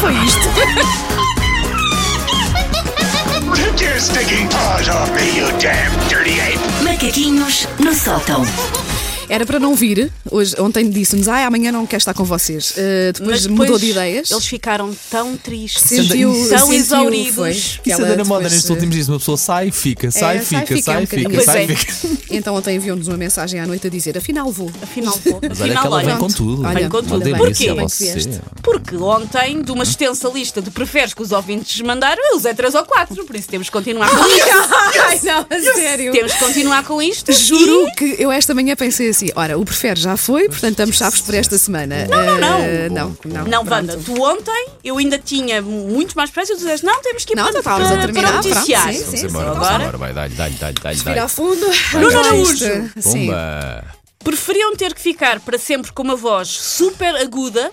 foi isto? Take your stinking paws off me, you damn dirty ape! Macaquinhos no sótão. Era para não vir. Hoje, ontem disse-nos, ai, amanhã não quero estar com vocês. Uh, depois, Mas mudou de ideias. Eles ficaram tão tristes, Sentiu- é tão sentiu- exauridos. foi. Que Isso ela anda na moda depois, nestes eh, últimos dias. Uma pessoa sai e fica, sai, sai e fica, fica, é sai um e fica, bocadinho. sai e Pois fica. Então ontem enviou-nos uma mensagem à noite a dizer, afinal vou. Afinal, vou. Mas olha que Afinal, ela vem olha. com tudo. Olha, Olha, com Uma tudo. Porquê? delícia é você. Porque ontem, de uma extensa lista de preferes que os ouvintes mandaram, eu usei 3 ou 4, por isso temos que continuar com isto. Ai, não, a sério. Temos que continuar com isto. Juro que eu esta manhã pensei assim: ora, o prefere já foi, portanto estamos chaves por esta semana. Eh, Não, não, não. não, não. Não, pronto. Wanda, tu ontem eu ainda tinha muito mais pressa e tu dizes, não, temos que ir Não, para, estávamos a para- terminar, para o pronto, noticiário. sim, Vamos sim. embora, vamos Agora? embora. Vai, dá-lhe, dá-lhe, dá-lhe, dá-lhe. Respira a dá-lhe. fundo. Nuno Vai, Araújo. isto. Sim. Pumba! Preferiam ter que ficar para sempre com uma voz super aguda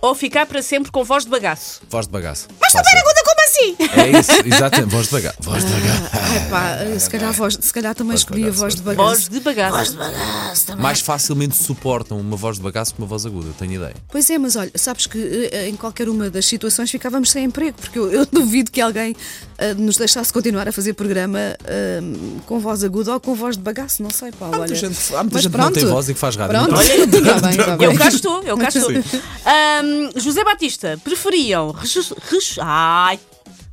ou ficar para sempre com voz de bagaço? Voz de bagaço. Mas super aguda como assim? É isso, exatamente. Voz de bagaço. Voz de bagaço. Ai, pá, se calhar, a voz- se calhar também Voz escolhi a devagar, voz de voz bagaço. Voz de bagaço. Mais facilmente suportam uma voz de bagaço que uma voz aguda, tenho ideia. Pois é, mas olha, sabes que eh, em qualquer uma das situações ficávamos sem emprego, porque eu, eu duvido que alguém eh, nos deixasse continuar a fazer programa eh, com voz aguda ou com voz de bagaço, não sei, pá. Há muita gente- há muita gente que não é? tem voz e que faz rádio. Pronto, Olha, Tá bem, tá bem. Eu cá estou, eu cá estou. Ahm, José Batista, preferiam ressu- ressu- ai,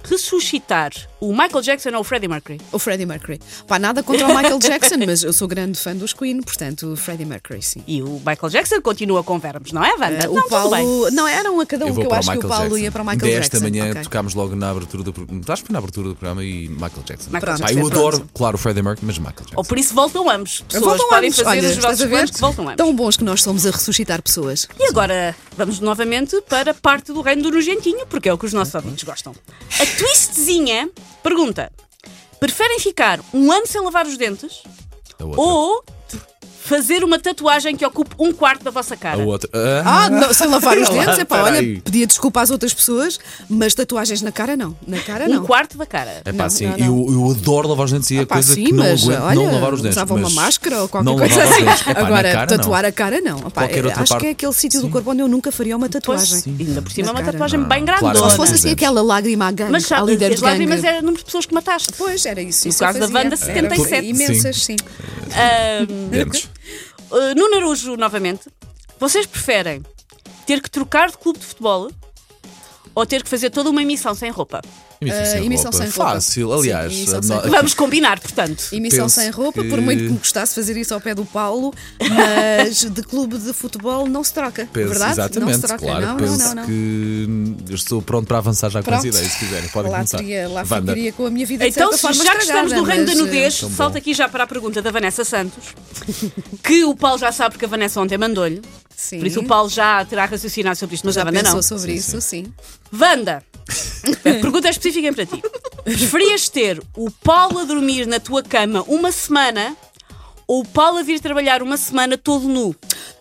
ressuscitar o Michael Jackson ou o Freddie Mercury? O Freddie Mercury. Pá, nada contra o Michael Jackson, mas eu sou grande fã dos Queen, portanto, o Freddie Mercury, sim. E o Michael Jackson continua com vermes, não é, Wanda? Eh, não, o Paulo. tudo bem. Não, eram a cada um, Eu que vou eu para o acho que Michael o Paulo Jackson. ia para o Michael Desta Jackson. manhã Ok. tocámos logo na abertura do programa. Acho que foi na abertura do programa e Michael Jackson. Michael Pá, Jackson, eu pronto. adoro, claro, o Freddie Mercury, mas Michael Jackson. Ou por isso voltam ambos. Pessoas Voltam podem ambos. fazer Olha, os estás vossos a ver? Então- planos que voltam ambos. Tão bons que nós somos a ressuscitar pessoas. E agora vamos novamente para parte do reino do nojentinho, porque é o que os nossos ouvintes gostam. A twistzinha pergunta: preferem ficar um ano sem lavar os dentes A outra. ou fazer uma tatuagem que ocupe um quarto da vossa A cara? outra. Ah, não, sem lavar os Olha lá, dentes, é pá, olha, ah, peraí. pedia desculpa às outras pessoas, mas tatuagens na cara não. Na cara Um não. quarto da cara. É Não, pá, sim, não, Ah, eu, eu adoro lavar os dentes e é Pá, coisa sim, que não mas aguento olha, não lavar os dentes. usava uma mas máscara ou qualquer não coisa lavar os assim. dentes. É pá, na Agora, cara, não. tatuar a cara não. Opá, Qualquer é, outra acho parte. que é aquele sítio do corpo onde eu nunca faria uma Pois, tatuagem. ainda por cima Na é uma cara, tatuagem não. é? bem Claro, grandona. Ou Ora, se fosse nos assim dentes. aquela lágrima à gangue, Mas à sabe, líder as de gangue. lágrimas eram o número de pessoas que mataste. Pois, era isso. No isso é- caso eu da fazia. Wanda, 77. Eram Imensas, sim. Ahm, Dentes. Uh, Nuno Arujo, novamente, vocês preferem ter que trocar de clube de futebol ou ter que fazer toda uma emissão sem roupa? Emissão Ah, sem emissão roupa. sem roupa. Fácil, Sim, aliás. emissão a sem no- roupa. Vamos combinar, portanto. Emissão Penso sem roupa, que- por muito que me gostasse fazer isso ao pé do Paulo, mas de clube de futebol não se troca, Penso, verdade? não se exatamente, troca, claro. não, penso não, não, não. que hum, eu estou pronto para avançar já com as Pronto. ideias, se quiserem. Podem lá começar. teria, lá Wanda. ficaria com a minha vida de Então, certa se forma já que estamos no estragada, reino da mas, eh, nudez, tão bom. salto aqui já para a pergunta da Vanessa Santos, que o Paulo já sabe porque a Vanessa ontem mandou-lhe. Sim. Por isso o Paulo já terá raciocinado sobre isto, mas já a Wanda pensou não. sobre isso, sim. Wanda, a pergunta é específica para ti. Preferias ter o Paulo a dormir na tua cama uma semana ou o Paulo a vir trabalhar uma semana todo nu?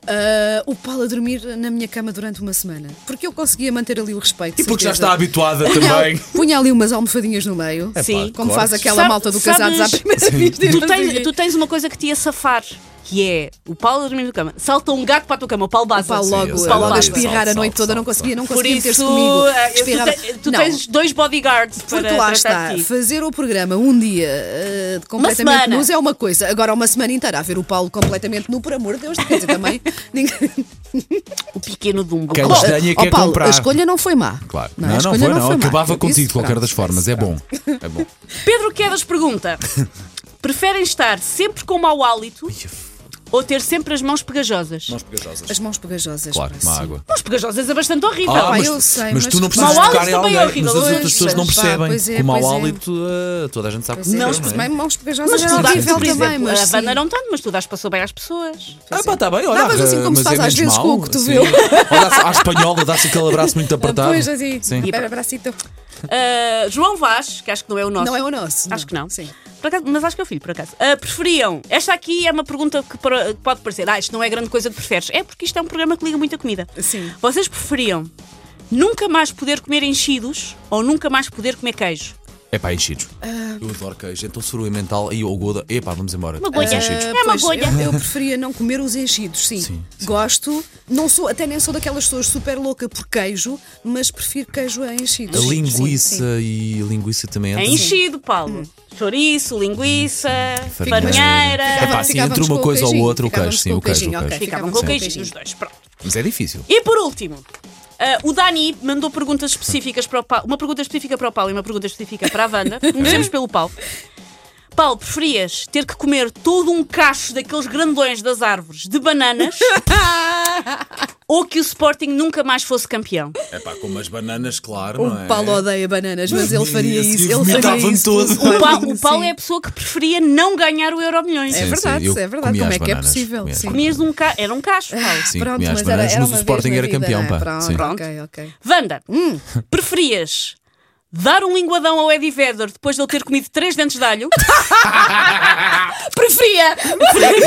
Ah, o Paulo a dormir na minha cama durante uma semana, porque eu conseguia manter ali o respeito. E porque já está certeza. habituada punha, também. punha ali umas almofadinhas no meio, Sim. como claro. faz aquela Sabe- malta do sabes- casados à primeira vista. e Tu não sei o quê. tens, tu tens uma coisa que te ia safar, que é o Paulo a dormir na cama. Salta um gato para a tua cama, o Paulo Baza. Pá, logo, eu sei, logo a Paulo, espirrar a salve, noite toda, salve, não conseguia, não Por conseguia meter-se isso, comigo. eh, tu Espirrava. te- tu Não, tens dois bodyguards Porque para lá tratar está, de ti. fazer o programa um dia eh, de completamente semana. nus é uma coisa. Agora, uma semana inteira a ver o Paulo completamente nu, por amor de Deus, quer dizer, também. ninguém- O pequeno Dumbo. Que é Oh, gostoso. Estranha Ó, quer Paulo, comprar. a escolha não foi má. Claro. a Não, não, escolha foi, não. má. Acabava Eu disse, contigo de qualquer pronto, das formas. É bom. É bom. Pedro Quedas pergunta: preferem estar sempre com mau hálito ou ter sempre as mãos pegajosas? Mãos pegajosas. As mãos pegajosas. Claro, pá, uma sim. água. Mãos pegajosas é bastante horrível. pá, Ah, mas, eu sei, mas mas tu não que precisas mau tocar em hálito também alguém, é horrível. mas as outras Pois, pessoas não pois, pá, percebem. pois é, o mau pois é. hálito, eh, toda a gente sabe que Não, mas é? também mãos pegajosas Mas era tu dás, horrível por também, exemplo, mas. a sim. Vanda não tanto, mas tu dás passou bem às pessoas. Ah, pá, tá bem, olha. Dá, mas assim como se faz é às menos vezes com o mau, cotovelo. sim. Ou dá-se à espanhola, dá-se assim aquele abraço muito apertado. Pois assim, Sim. pera, bracito. Ah, João Vaz, que acho que não é o nosso. Não é o nosso. Acho que não. Sim. Por acaso- mas acho que é o filho, por acaso. Ah, preferiam? Esta aqui é uma pergunta que para- que pode parecer, ah, isto não é grande coisa de preferes. É porque isto é um programa que liga muito a comida. Sim. Vocês preferiam nunca mais poder comer enchidos ou nunca mais poder comer queijo? É pá, enchidos. Ah. Eu adoro queijo. Então, surua mental e o goda. Epá, vamos embora. Uma goia. São enchidos. É uma Ah, Pois, bolha. Eu, eu preferia não comer os enchidos, sim. Sim, sim. Gosto, não sou, até nem sou daquelas pessoas super louca por queijo, mas prefiro queijo a enchidos. A Sim, linguiça sim. e a linguiça também É entra. enchido, Paulo. Hum. Chouriço, linguiça, Farinha. farinheira. É pá, assim, Ficávamos entre uma com o coisa ou queijinho, outra, o queijo, ficávamos sim, com o o queijo, queijinho, o ok, queijo. Ficavam Ficava com o sem queijinho. queijinho, os dois, pronto. Mas é difícil. E por último, ah, o Dani mandou perguntas específicas para o Paulo. Uma pergunta específica para o Paulo e uma pergunta específica para a Wanda. Começamos pelo Paulo. Paulo, preferias ter que comer todo um cacho daqueles grandões das árvores de bananas ou que o Sporting nunca mais fosse campeão? É pá, com umas bananas, claro, não é? O Paulo Um odeia bananas, mas ele faria Sim, isso. sim, Ele faria vomitava-me isso. pelo todo. O Paulo, o Sporting, Paulo sim. é a pessoa que preferia não ganhar o Euro Milhões. É Sim, verdade, sim, eu é verdade. comia Como as é que é bananas, possível? comia as Sim. Comias de um ca... Era um cacho, Paulo. Sim, Pronto, comia as mas era, bananas, era mas uma o Sporting vez era na vida, campeão, não é? pá. Pronto, Sim. ok, ok. Wanda, Hum. preferias dar um linguadão ao Eddie Vedder depois de ele ter comido três dentes de alho? Preferia!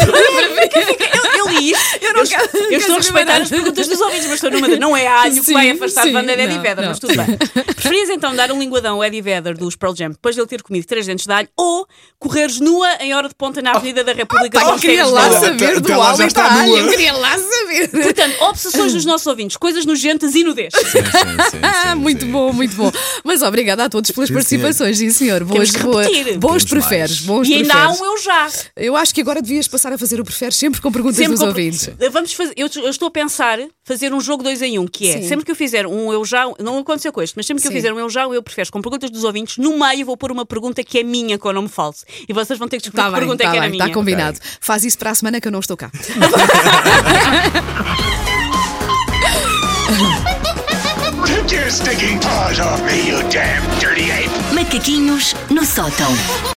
Eu, eu li isto. Eu não es- quero- eu quero estou a saber respeitar mais as perguntas dos ouvintes, mas estou numa de não é alho que Sim, vai afastar sim, Wanda de Eddie não, Vedder, mas não. tudo bem. Preferias então dar um linguadão ao Eddie Vedder dos Pearl Jam depois de ele ter comido três dentes de alho ou correres nua em hora de ponta na Avenida da República Ah, Pá, com eu os queria ténis lá na mão? saber Até- até do lá já alho e está da alho. tá nua. Eu queria lá saber. Portanto, obsessões dos nossos ouvintes, coisas nojentas e nudez. Sim, sim, sim, Ah, sim, muito sim. bom, muito bom. Mas obrigada a todos pelas Sim, participações, sim, senhor. Boas, que boa, repetir. bons Temos preferes. mais. Bons E ainda há preferes. um eu já. Eu acho que agora devias passar a fazer o preferes sempre com perguntas dos com- ouvintes. Vamos fazer, eu, eu estou a pensar fazer um jogo dois em um, que é Sim. sempre que eu fizer um eu já, não aconteceu com este, mas sempre que eu Sim. fizer um eu já, um eu prefiro com perguntas dos ouvintes, no meio vou pôr uma pergunta que é minha com o nome falso. E vocês vão ter que descobrir Está Tá que bem, pergunta é está que era bem, minha. está combinado. Faz isso para a semana que eu não estou cá. Take your stinking paws off me, you damn dirty ape! Macaquinhos no sótão.